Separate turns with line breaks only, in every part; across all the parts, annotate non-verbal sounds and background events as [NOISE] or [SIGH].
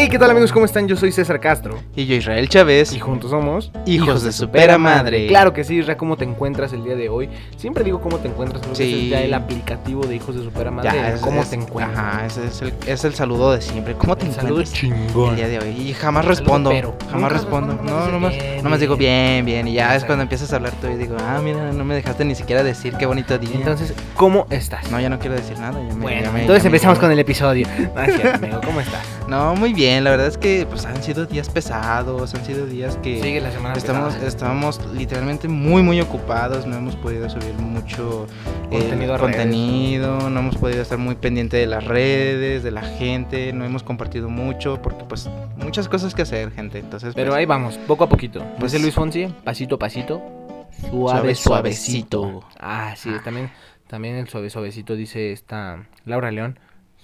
Hey, ¿qué tal amigos? ¿Cómo están? Yo soy César Castro.
Y yo, Israel Chávez,
Y juntos somos...
hijos de su pera madre.
Claro que sí, Ra, ¿cómo te encuentras el día de hoy? Siempre digo cómo te encuentras, creo que
Sí.
ese es ya el aplicativo de Hijos de Supera Madre.
ya, es,
¿Cómo
es-
te encuentras?
Ajá, ese es el, es el saludo de siempre. ¿Cómo te
El saludo
encuentras?
chingón.
El día de hoy. Y jamás respondo.
pero. Nunca
Jamás respondo.
respondo,
No,
nomás
nomás,
dices, bien,
nomás digo bien, bien. Y ya es
Exacto.
cuando empiezas a hablar tú y digo, ah, mira, no me dejaste ni siquiera decir qué bonito día.
Entonces, ¿cómo estás?
no, ya no quiero decir nada. ya me-
bueno,
ya me-
entonces
ya me-
empezamos con el episodio. No, es cierto, amigo, ¿cómo estás?
No, muy bien. La verdad es que pues han sido días pesados, han sido días que...
Sigue la semana
Estamos,
pesada.
estamos literalmente muy, muy ocupados. No hemos podido subir mucho eh,
Contenido a redes.
contenido, No hemos podido estar muy pendiente de las redes, de la gente. No hemos compartido mucho porque, pues, muchas cosas que hacer, gente. Entonces,
Pero
pues,
ahí vamos, poco a poquito.
Pues-
Dice Luis Fonsi, pasito a pasito, suave,
Suave,
suavecito.
suavecito.
Ah, sí,
Ah.
también, también el suave, suavecito dice esta Laura León.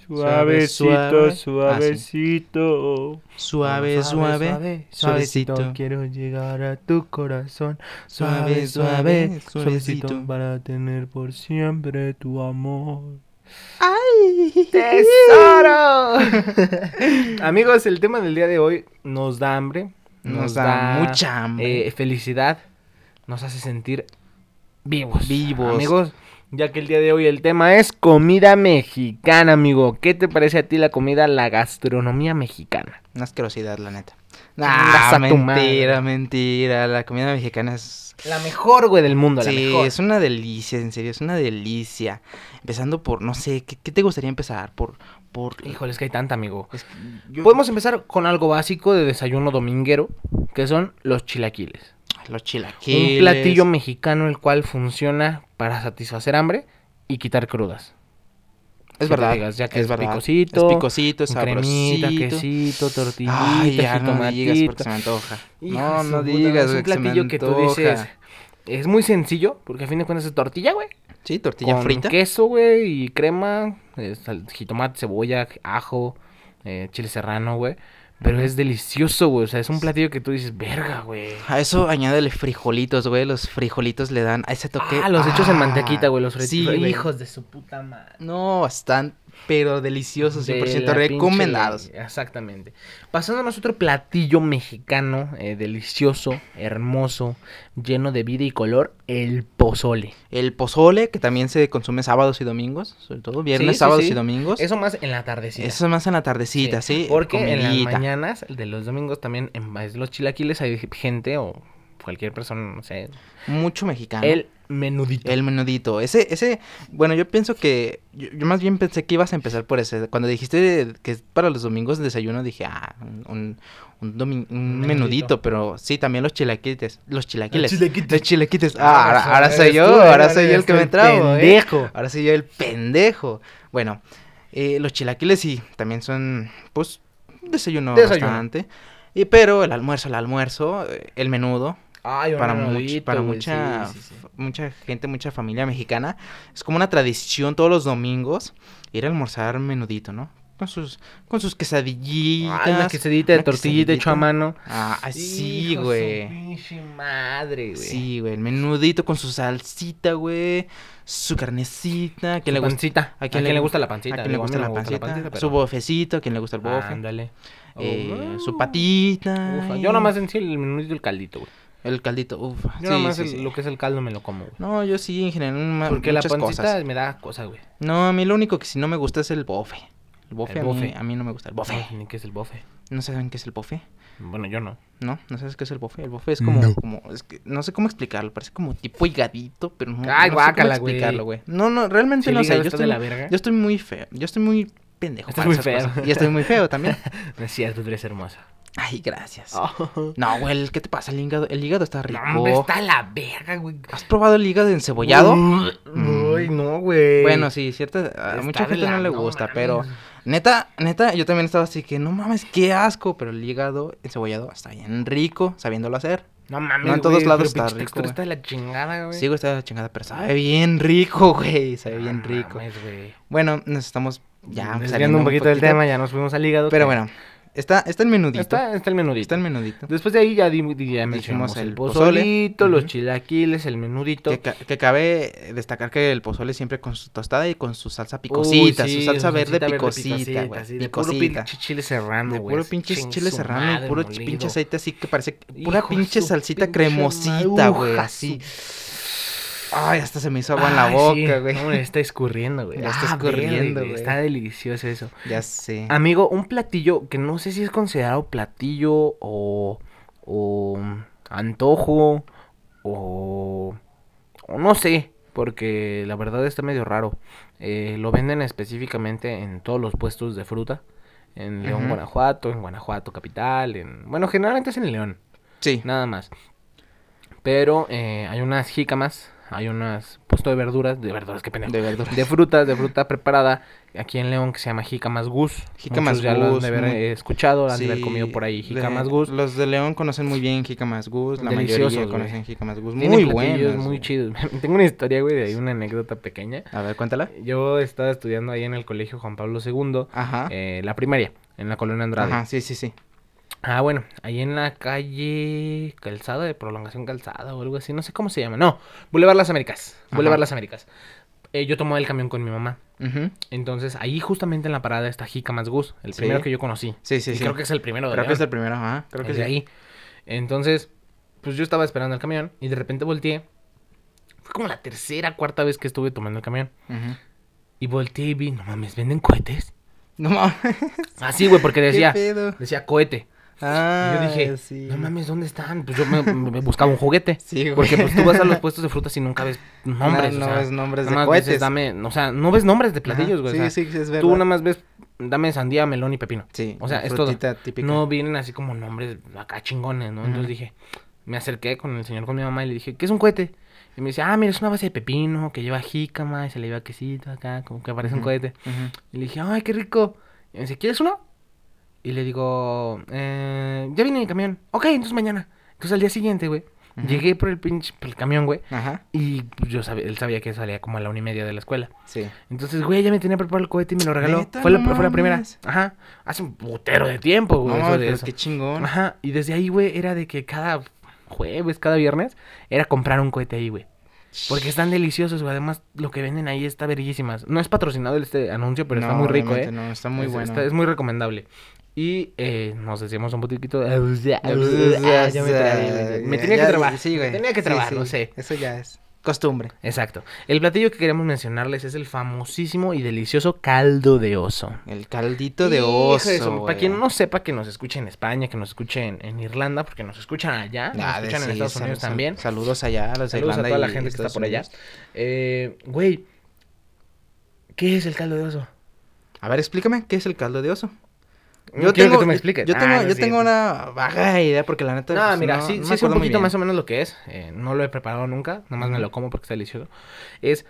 Suave, suave. Ah,
suavecito.
suave, suave, suavecito.
Quiero llegar a tu corazón.
Suave, suave, suavecito.
Para tener por siempre tu amor.
¡Ay! [LAUGHS]
¡Tesoro! Amigos, el tema del día de hoy nos da hambre.
Nos, da, mucha hambre.
eh, felicidad nos hace sentir vivos.
Vivos.
Amigos, ya que el día de hoy el tema es comida mexicana, amigo. ¿Qué te parece a ti la comida, la gastronomía mexicana?
Una asquerosidad, la neta.
Chingas
Ah,
a tu madre.
mentira, mentira. La comida mexicana es
La mejor, güey, del mundo, la
Sí,
mejor.
es una delicia, en serio, es una delicia. Empezando por, no sé, ¿qué, qué te gustaría empezar? Por, por...
Híjole, es que hay tanta, amigo.
es que yo-
Podemos empezar con algo básico de desayuno dominguero, que son los chilaquiles.
Los chilaquiles.
Un platillo mexicano el cual funciona para satisfacer hambre y quitar crudas. que
Es verdad,
te digas, ya que es
verdad.
picosito,
Es picosito, es
Con cremita,
sabrosito.
quesito, tortillita,
Ay, ya no me digas
jitomatito.
porque se me antoja.
Hijo
no,
de
no
su puta,
digas,
Es un
güey, que se me
platillo que tú
antoja.
dices. Es muy sencillo, porque a fin de cuentas es tortilla, güey.
Sí, tortilla
con
frita.
queso, güey, y crema, eh, sal- jitomate, cebolla, ajo, eh, chile serrano, güey. Pero es delicioso, güey. O sea, es un platillo que tú dices, verga, güey.
A eso añádele frijolitos, güey. Los frijolitos le dan a ese toque.
Ah, los hechos en
Ah,
mantequita, güey. Los re-
sí,
re-
güey.
hijos de su puta madre.
No, están, pero deliciosos,
De
100%
la pinche
recomendados.
ley, Exactamente. Pasándonos a otro platillo mexicano, eh, delicioso, hermoso, lleno de vida y color, el pozole.
El pozole, que también se consume sábados y domingos, sobre todo viernes,
sí,
sábados
sí.
y domingos.
Eso más en la tardecita.
Eso es más en la tardecita, sí.
Porque en
comidita.
las mañanas de los domingos también, en vez de los chilaquiles, hay gente o cualquier persona, no sé.
Mucho mexicano. Ah, El,
El menudito.
menudito. Ese, ese, bueno, yo pienso que, yo, yo más bien pensé que ibas a empezar por ese. Cuando dijiste que es para los domingos el desayuno, dije, ah, un, un, domi- un
Menudito.
menudito. pero sí, también los chilaquites. Los chilaquiles.
Los chilaquites.
Los chilaquites. Ah, ahora, ahora soy yo, ahora soy yo el que me trago, ¿eh?
este Pendejo.
Ahora sí yo el pendejo. Bueno, eh, los chilaquiles sí, también son, pues, un desayuno,
Desayuno.
bastante. Y, pero el almuerzo, el almuerzo, eh, el menudo,
Ay, un
para, much-
menudito,
para
güey,
mucha,
sí, sí, sí.
f- mucha gente, mucha familia mexicana, es como una tradición todos los domingos ir a almorzar menudito, ¿no? Con sus, con sus quesadillitas.
Ay, una quesadita de
una
tortillita hecho a
quesadillita.
mano.
Ah, ah, sí,
Hijo de
güey.
su pinche madre, güey.
Sí, güey, el menudito con su salsita, güey, su carnecita, que
Su
le gusta
pancita. ¿A quién le gusta la
a
pancita?
quien le
Digo, a mí
gusta
no
la
me
pancita,
pero-
su bofecito, a quien le gusta el bofe,
Ándale.
eh,
Oh,
su
wow.
patita.
Ufa,
y
Yo nomás en sí el menudito y el caldito, güey.
El caldito, uff.
Yo nomás el- lo que es el caldo me lo como, güey.
No, yo sí, en general, ma-
Porque la
muchas
pancita
cosas.
me da cosa, güey.
No, a mí lo único que sí no me gusta es el bofe. El bofe,
El
a, mí-
bofe.
a Mí, no me gusta. El bofe.
No, ni qué es el bofe.
¿No saben qué es el bofe?
Bueno, yo no.
¿No? ¿No sabes qué es el bofe? El bofe es como...
No.
como es que, no sé cómo explicarlo. Parece como tipo higadito, pero no,
Ay,
no
guácala,
sé cómo
güey.
explicarlo, güey. No, no, realmente
Sí, el
no sé.
hígado
Yo
está de
estoy,
la verga.
yo estoy muy feo. Yo estoy muy pendejo.
Estás
para
muy
esas
feo.
cosas. Y estoy
[LAUGHS]
muy feo también.
No es cierto, tú eres hermosa.
Ay, gracias. No, güey, ¿qué te pasa? El hígado, el hígado está Ah. rico.
No, hombre, está la verga, güey.
¿Has probado el hígado encebollado?
Mm. Ay,
Mm.
no, güey.
Bueno, sí, cierta, a
Está
mucha
de
gente
la-
no le
no
gusta,
mames.
pero neta, neta, yo también estaba así que no mames, qué asco, pero el hígado encebollado está bien rico, sabiéndolo hacer.
No mames,
no en todos
güey,
lados
pero
está
pinche
rico,
textura
güey.
está de la chingada, güey.
Sí, güey, está de la chingada, pero sabe bien rico, güey, sabe
No
bien rico.
mames, Ah, güey.
Bueno, nos estamos ya
Desviando
saliendo
un poquito del tema, ya nos fuimos al hígado.
pero
que-
bueno, Está, está el menudito. Está,
Está, está el menudito.
el menudito.
Después de ahí ya, di- di- ya mencionamos el,
el pozole.
pozolito, los
Ujú.
chilaquiles, el menudito.
Que, ca- que cabe destacar que el pozole siempre con su tostada y con su salsa picosita,
Uy, sí,
su salsa verde
salsita
picosita, güey.
así, de puro
Picosita.
pinche chile serrano,
De
güey.
puro
así,
pinche
chin
chile
su
serrano,
madre,
puro
molido.
pinche aceite así que parece pura
Hijo de
pinche
su
salsita
pinche
cremosita,
madre,
güey,
uja,
así.
su-
Ay, hasta se me hizo agua en la
Ay,
boca,
sí,
güey.
no, está escurriendo,
[LAUGHS]
güey.
Ya está
Ah, verde,
escurriendo, güey.
Está delicioso eso.
Ya sé.
Amigo, un platillo que no sé si es considerado platillo o, o mm, antojo o, o no sé, porque la verdad está medio raro. Eh, lo venden específicamente en todos los puestos de fruta, en León,
Ujú.
Guanajuato, en Guanajuato Capital, en... Bueno, generalmente es en León,
Sí.
nada más. Pero eh, hay unas jícamas, hay unas puesto de verduras, de verduras, qué pendejo.
De verduras.
De frutas, de fruta preparada, aquí en León que se llama jicamas gus.
Jícamas
Muchos ya lo han de
gus,
haber
muy-
eh, escuchado, han de haber
Sí,
comido por ahí
de-
jicamas gus.
Los de León conocen muy bien jicamas gus, la
Deliciosos,
mayoría
güey.
conocen jicamas gus.
Tienen
Muy
platillos
buenos.
muy
güey.
chidos. [LAUGHS] Tengo una historia, güey, de ahí una anécdota pequeña.
A ver, cuéntala.
Yo estaba estudiando ahí en el colegio Juan Pablo II,
Ajá.
eh, la primaria, en la colonia Andrade.
Ah. Ajá, sí, sí, sí.
Ah, bueno, ahí en la calle Calzada, de Prolongación Calzada o algo así, no sé cómo se llama. No, Boulevard Las Américas. Boulevard
Ajá.
Las Américas. Eh, yo tomaba el camión con mi mamá.
Ujú.
Entonces, ahí justamente en la parada está Jicamas Gus, el
Sí.
primero que yo conocí.
Sí, sí,
Y
sí.
creo que es el primero de
Creo que es
León.
el primero, ajá. Creo que
Es
sí.
de ahí. Entonces, pues yo estaba esperando el camión y de repente volteé. Fue como la tercera, cuarta vez que estuve tomando el camión.
Ujú.
Y volteé y vi, no mames, ¿venden cohetes?
No mames.
Así, güey, porque decía,
[LAUGHS] ¿Qué pedo?
decía cohete. y
Ah,
yo dije,
sí.
no mames, ¿dónde están? Pues yo me, me buscaba un juguete.
[LAUGHS] Sí, güey. Ah,
Porque pues
[LAUGHS]
tú vas a los puestos de frutas y nunca ves nombres.
No,
o
no
sea,
ves nombres de
nada más dices,
cohetes.
dame, o sea, no ves nombres de
Ajá.
platillos, güey. o
Sí,
sea,
sí, sí, es verdad.
Tú nada más ves, dame sandía, melón y pepino.
Sí,
O sea,
la
es todo.
frutita típica.
No vienen así como nombres acá chingones, ¿no? Entonces dije, me acerqué con el señor, con mi mamá y le dije, ¿qué es un cohete? Y me dice, ah, mira, es una base de pepino que lleva jícama y se le lleva quesito acá, como que parece un
Ujú.
cohete.
Ujú.
Y le dije, ay, qué rico. Y me dice, ¿quieres uno? Y le digo, eh, ya viene el camión. Ok, entonces mañana. Entonces al día siguiente, güey,
Ujú.
llegué por el pinche, por el camión, güey.
Ajá.
Y pues, yo sabía, él sabía que salía como a la una y media de la escuela.
Sí.
Entonces, güey, ya me tenía preparado el cohete y me lo regaló.
¿Neta?
fue, la,
No
fue la primera.
mames.
Ajá. Hace un putero de tiempo,
No,
güey. eso de
pero
eso.
qué chingón.
Ajá. Y desde ahí, güey, era de que cada jueves, cada viernes, era comprar un cohete ahí, güey. Porque están deliciosos, güey. Además, lo que venden ahí está verguísimas. No es patrocinado este anuncio, pero está
No,
muy rico,
obviamente
¿eh?
No, está muy
es,
bueno.
está- es muy recomendable. Y eh, nos decíamos un poquitito.
[LAUGHS]
Ya me
Ya,
trabé, güey. Ah, Me tenía que
ya,
trabar.
Sí, güey.
Tenía que
Sí,
trabar,
sí.
no sé.
Eso ya es costumbre.
Exacto. El platillo que queremos mencionarles es el famosísimo y delicioso caldo de oso.
El caldito de
Hijo
oso.
su- para
güey.
quien no sepa que nos escuche en España, que nos escuche en, en Irlanda, porque nos escuchan allá,
Ah,
nos
de-
escuchan en
sí,
Estados
sal-
Unidos
sal-
también.
Saludos allá a los de
Saludos a
Irlanda
toda la
y
gente que está
Estados
por allá.
Unidos.
Eh, güey, ¿qué es el caldo de oso?
A ver, explícame, ¿qué es el caldo de oso?
Quiero que tú me
yo-
expliques.
Yo tengo,
Ah, no
yo
es cierto.
tengo una vaga idea porque la neta.
No,
pues,
mira,
no-
sí, sí
no me
es un
acuerdo muy
poquito
bien.
más o menos lo que es. eh, no lo he preparado nunca, nomás me lo como porque está delicioso. Es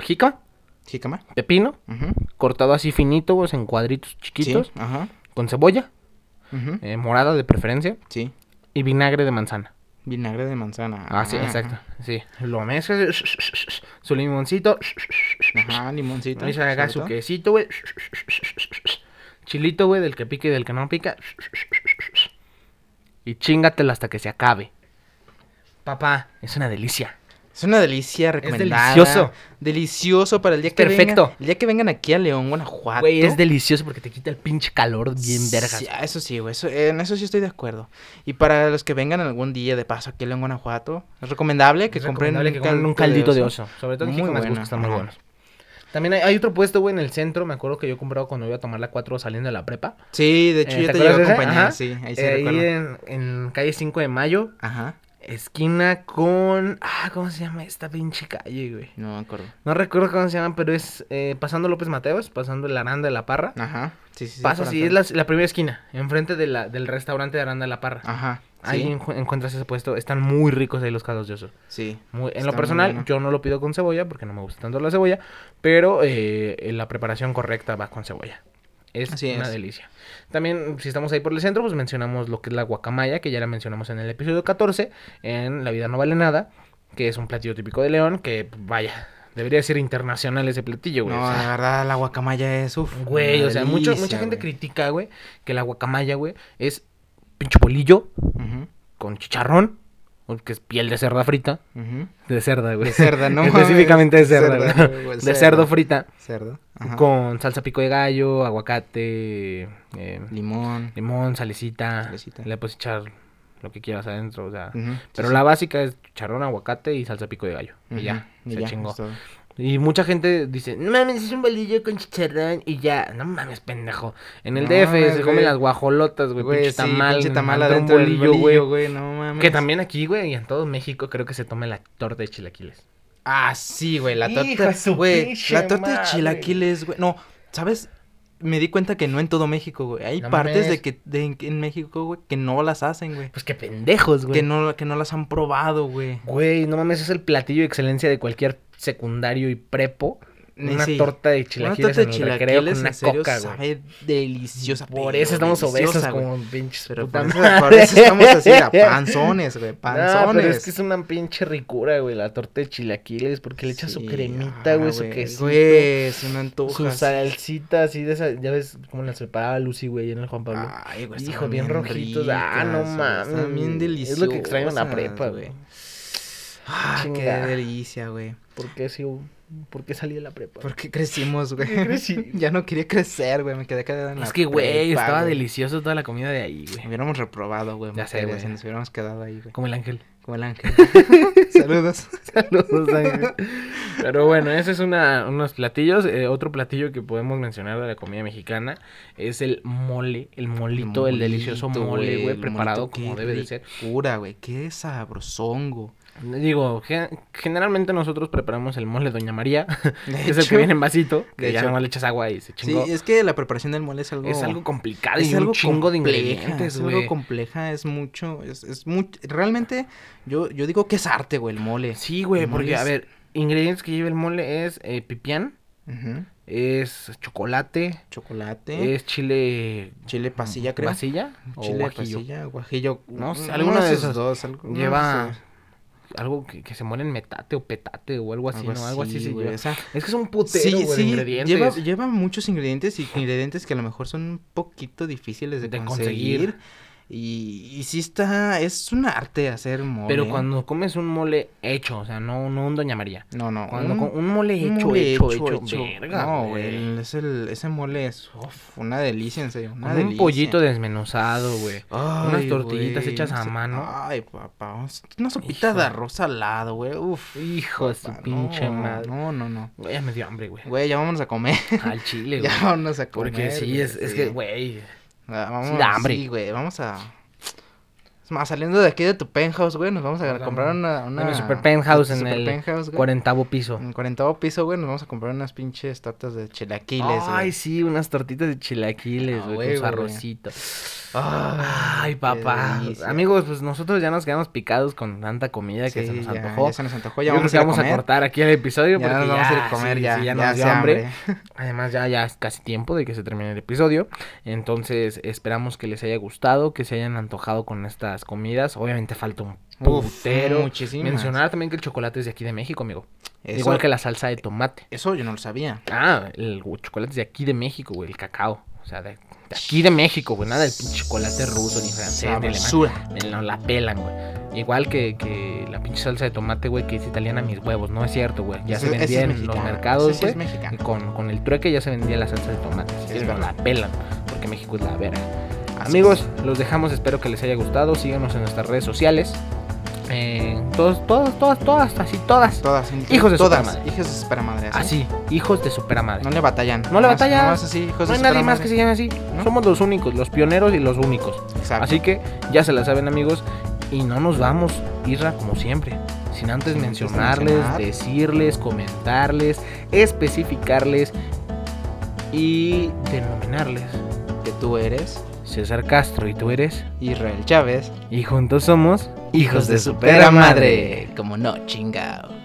jícama,
Jícama.
pepino,
Ujú.
cortado así finito, pues, en cuadritos chiquitos,
Sí, ajá.
con cebolla,
Ujú.
eh, morada de preferencia,
Sí.
y vinagre de manzana.
Vinagre de manzana.
Ah, sí,
ajá.
exacto. Sí. Lo mezclas, su limoncito,
Ajá, limoncito.
le echas acá
sobre
su
todo.
quesito, güey. Chilito, güey, del que pica y del que no pica. Y chingatelo hasta que se acabe. Papá, es una delicia.
Es una delicia recomendada.
delicioso.
Delicioso para el día que
perfecto.
vengan- el día que vengan aquí a León, Guanajuato.
Güey, es delicioso porque te quita el pinche calor bien vergas.
Sí, ah, eso sí, güey. eso- en eso sí estoy de acuerdo. Y para los que vengan algún día de paso aquí a León, Guanajuato, es recomendable que
Es
compren
recomendable que compren un caldito de oso. Sobre todo en
Muy
Jicamas Gus,
bueno,
que están muy
ajá.
buenos. También hay, hay otro puesto, güey, en el centro. Me acuerdo que yo compraba cuando iba a tomar la 4 saliendo de la prepa.
Sí, de hecho
Eh,
yo te
acuerdas de
llevo a
ese?
acompañar,
Ajá.
sí, ahí sí
Eh,
recuerdo.
en, en calle 5 de mayo,
Ajá,
esquina con... Ah, ¿cómo se llama esta pinche calle, güey?
no me acuerdo.
No recuerdo cómo se llama, pero es eh, pasando López Mateos, pasando el Aranda de la Parra.
Ajá, sí, sí, sí.
Pasa
por
así, es
Antonio.
la, la primera esquina, enfrente de la, del restaurante de Aranda de la Parra.
Ajá,
Ahí
Ah, sí,
encu- encuentras ese puesto, están muy ricos ahí los caldos de oso.
sí.
Muy- en
Está
lo
muy
personal,
bueno.
yo no lo pido con cebolla porque no me gusta tanto la cebolla, pero eh, eh, la preparación correcta va con cebolla. Es
Así
una
es.
delicia. También, si estamos ahí por el centro, pues mencionamos lo que es la guacamaya, que ya la mencionamos en el episodio 14, en La vida no vale nada, que es un platillo típico de León, que vaya, Debería ser internacional ese platillo, güey.
No,
o sea.
la verdad, la guacamaya es uf.
Güey,
una
o sea, mucho-
delicia,
mucha gente
güey.
critica, güey, que la guacamaya, güey, es pinche bolillo
Ujú,
con chicharrón, que es piel de cerda frita.
ujú.
De cerda, güey.
De
[LAUGHS]
cerda, ¿no?
Específicamente de cerda, güey.
güey,
De cerdo frita.
Cerdo. Ajá.
Con salsa pico de gallo, aguacate, eh,
Limón.
limón, salecita.
Salecita.
Le puedes echar lo que quieras adentro, o sea.
Ujú, sí,
Pero
sí.
la básica es chicharrón, aguacate y salsa pico de gallo.
Ujú,
Y ya,
y
se
ya,
chingó.
es todo.
Y mucha gente dice, no mames, es un bolillo con chicharrón y ya. No mames, pendejo. En el
No
DF
mames,
se
güey.
comen las guajolotas, güey.
Güey,
pinche
sí,
tamal,
pinche tamal
adentro un
adentro del
bolillo, güey.
bolillo, güey, no mames.
Que también aquí, güey, y en todo México creo que se toma la torta de chilaquiles.
Ah, sí, güey, la
Hijo de
torta,
su
güey,
pinche
la torta de
madre.
chilaquiles, güey. No, ¿sabes? Me di cuenta que no en todo México, güey. Hay
No
partes
mames.
de que de- en- en México, güey, que no las hacen, güey.
Pues qué pendejos,
Que
güey.
no, que no las han probado, güey.
Güey, no mames, es el platillo de excelencia de cualquier secundario y prepo.
Ni
Una
sí.
torta de
Una
chilaquiles
torta de
en el recreo
chilaquiles,
con una
en serio,
coca, güey.
sabe deliciosa.
Por
pero
eso estamos obesos
deliciosa, güey.
como pinches
Pero
puta
por eso,
madre.
por eso
[LAUGHS]
estamos así, a panzones, güey, panzones.
No, pero es que es una pinche ricura, güey, la torta de chilaquiles, porque le echa su
Sí,
cremita,
ah,
güey, su quesito,
Güey, se me antoja.
su
sí.
salsita, así de esa, ya ves cómo las preparaba Lucy, güey, en el Juan Pablo.
Ay, güey,
Hijo,
estaban
bien, rojitos, ah, no
ricas, güey,
mames.
Estaban bien deliciosas.
Es lo que extraño en la prepa, güey.
Ah,
Chinga.
qué delicia, güey.
¿Por qué, sí, ¿Por qué salí de la prepa?
¿Por qué crecimos, güey?
qué crecí?
[LAUGHS] ya no quería crecer, güey, me quedé quedada en la
Es que, güey,
prepa,
estaba
güey.
delicioso toda la comida de ahí, güey.
Hubiéramos reprobado, güey.
Ya sé,
materias,
güey.
y Nos hubiéramos quedado ahí, güey.
Como el ángel.
Como
[LAUGHS]
el ángel. Saludos.
Saludos,
[LAUGHS]
ángel. Pero bueno, ese es una, unos platillos. Eh, otro platillo que podemos mencionar de la comida mexicana es el mole, el molito, el, delicioso
molito,
mole, güey,
el
preparado
molito,
como
qué
debe de ser.
Pura, güey, qué sabrosongo.
Digo, ge- generalmente nosotros preparamos el mole Doña María,
[LAUGHS] De
que [LAUGHS] [LAUGHS] es el que
hecho,
viene en vasito, que
de
ya
hecho.
nomás le echas agua y se
Sí,
chingó.
es que la preparación del mole es algo...
es algo complicado
es
Ah, y
algo
un chingo de
compleja,
ingredientes,
Es algo
güey.
compleja, es mucho, es, es mucho, realmente yo, yo digo que es arte, güey, el mole.
Sí, güey,
El mole
porque, a
es-
ver, ingredientes que lleva el mole es eh, pipián,
Ujú.
es chocolate,
Chocolate,
es chile...
chile pasilla, creo.
¿Pasilla? O
Chile
guajillo.
pasilla, guajillo.
No sé,
uno
alguna de
esos
esas.
dos. algo- uno de
Lleva
esos.
algo que, que se muere en metate o petate o algo así, ¿no? Algo así se
güey,
lleva.
o sea,
Es que es un putero, güey,
sí,
de
sí,
ingredientes.
Lleva, lleva muchos ingredientes y ingredientes que a lo mejor son un poquito difíciles de,
De conseguir.
conseguir. Y, y sí está, es un arte hacer mole.
Pero cuando comes un mole hecho, o sea, no, no un Doña María.
No, no.
Cuando
un-
co- Mm. un mole
un
hecho,
mole
hecho, hecho, verga,
No,
güey.
güey, es el- ese mole es uf, una delicia, en serio. Una
Con un
delicia.
pollito desmenuzado, güey.
Ay,
Unas tortillitas
güey,
hechas a
sí.
mano.
Ay, papá. un- Una sopita
Hijo.
de arroz al lado, güey. Uf.
Hijo de su
papá,
pinche
no,
madre.
No, no, no.
Güey, ya me dio hambre, güey.
Güey, ya vámonos a comer. [LAUGHS]
Al [LAUGHS] chile, güey.
ya vámonos a comer.
Porque sí,
güey,
es, es
sí.
que, güey.
Ah, Vamos,
da hambre.
Sí, güey, vamos a... Es más, saliendo de aquí de tu penthouse, güey, nos vamos a
Nos
comprar
vamos.
una... una
en el super penthouse, en
super
el
penthouse, güey.
cuarentavo piso.
En el cuarentavo piso, güey, nos vamos a comprar unas pinches tortas de chilaquiles,
Ay,
güey.
sí, unas tortitas de chilaquiles, güey,
Ah,
con
huevo,
su
güey.
arrocito.
Ay,
Ay,
qué
papá.
delicia.
Amigos, pues nosotros ya nos quedamos picados con tanta comida que
Sí,
se nos
ya,
antojó.
Ya se nos antojó, ya
Yo creo
vamos,
que vamos
a,
a
comer.
cortar aquí el episodio
Ya
porque
nos vamos a ir a
ya,
comer,
sí,
ya,
sí,
ya,
nos
hace
dio hambre.
hambre.
Además ya ya es casi tiempo de que se termine el episodio, entonces esperamos que les haya gustado, que se hayan antojado con estas comidas. Obviamente falta un
Uf,
putero.
muchísimas.
Mencionar también que el chocolate es de aquí de México, amigo.
Eso,
Igual que la salsa de tomate.
eso yo no lo sabía.
Ah, el gu- chocolate es de aquí de México, güey, el cacao. O sea, de, de aquí de México, güey. Nada del pinche chocolate ruso, ni francés, ni alemán.
Sabrosura.
Me lo la pelan, güey. Igual que, que la pinche salsa de tomate, güey, que es italiana mis huevos. No es cierto, güey. Ya se
Ese- ese
vendía
es
en los
mexicano,
mercados,
ese sí
güey.
es mexicano.
con, con el trueque ya se vendía la salsa de tomate. Así
Es
que nos
verdad.
la pelan, porque México es la verga.
Así
Amigos, los dejamos, espero que les haya gustado. Síganos en nuestras redes sociales. Eh, todos, todas, todas, todas, así todas.
es. Todas,
Hijos de su
todas,
perra madre.
Hijos de su perra madre, así.
Así, hijos de superamadre.
No le batallan.
No le
nomás-
batallan.
nomás así, hijos
No
de
hay
su
nadie
perra
más que
madre.
se llame así.
¿No?
Somos los únicos, los pioneros y los únicos.
Exacto.
Así que ya se la saben amigos y no nos vamos, Irra, como siempre. Sin antes
Sin antes de
mencionarles,
mencionar.
decirles, comentarles, especificarles y denominarles.
que tú eres
César Castro y tú eres.
Israel Chávez.
Y juntos somos
Hijos de su perra madre. Como no, chingao.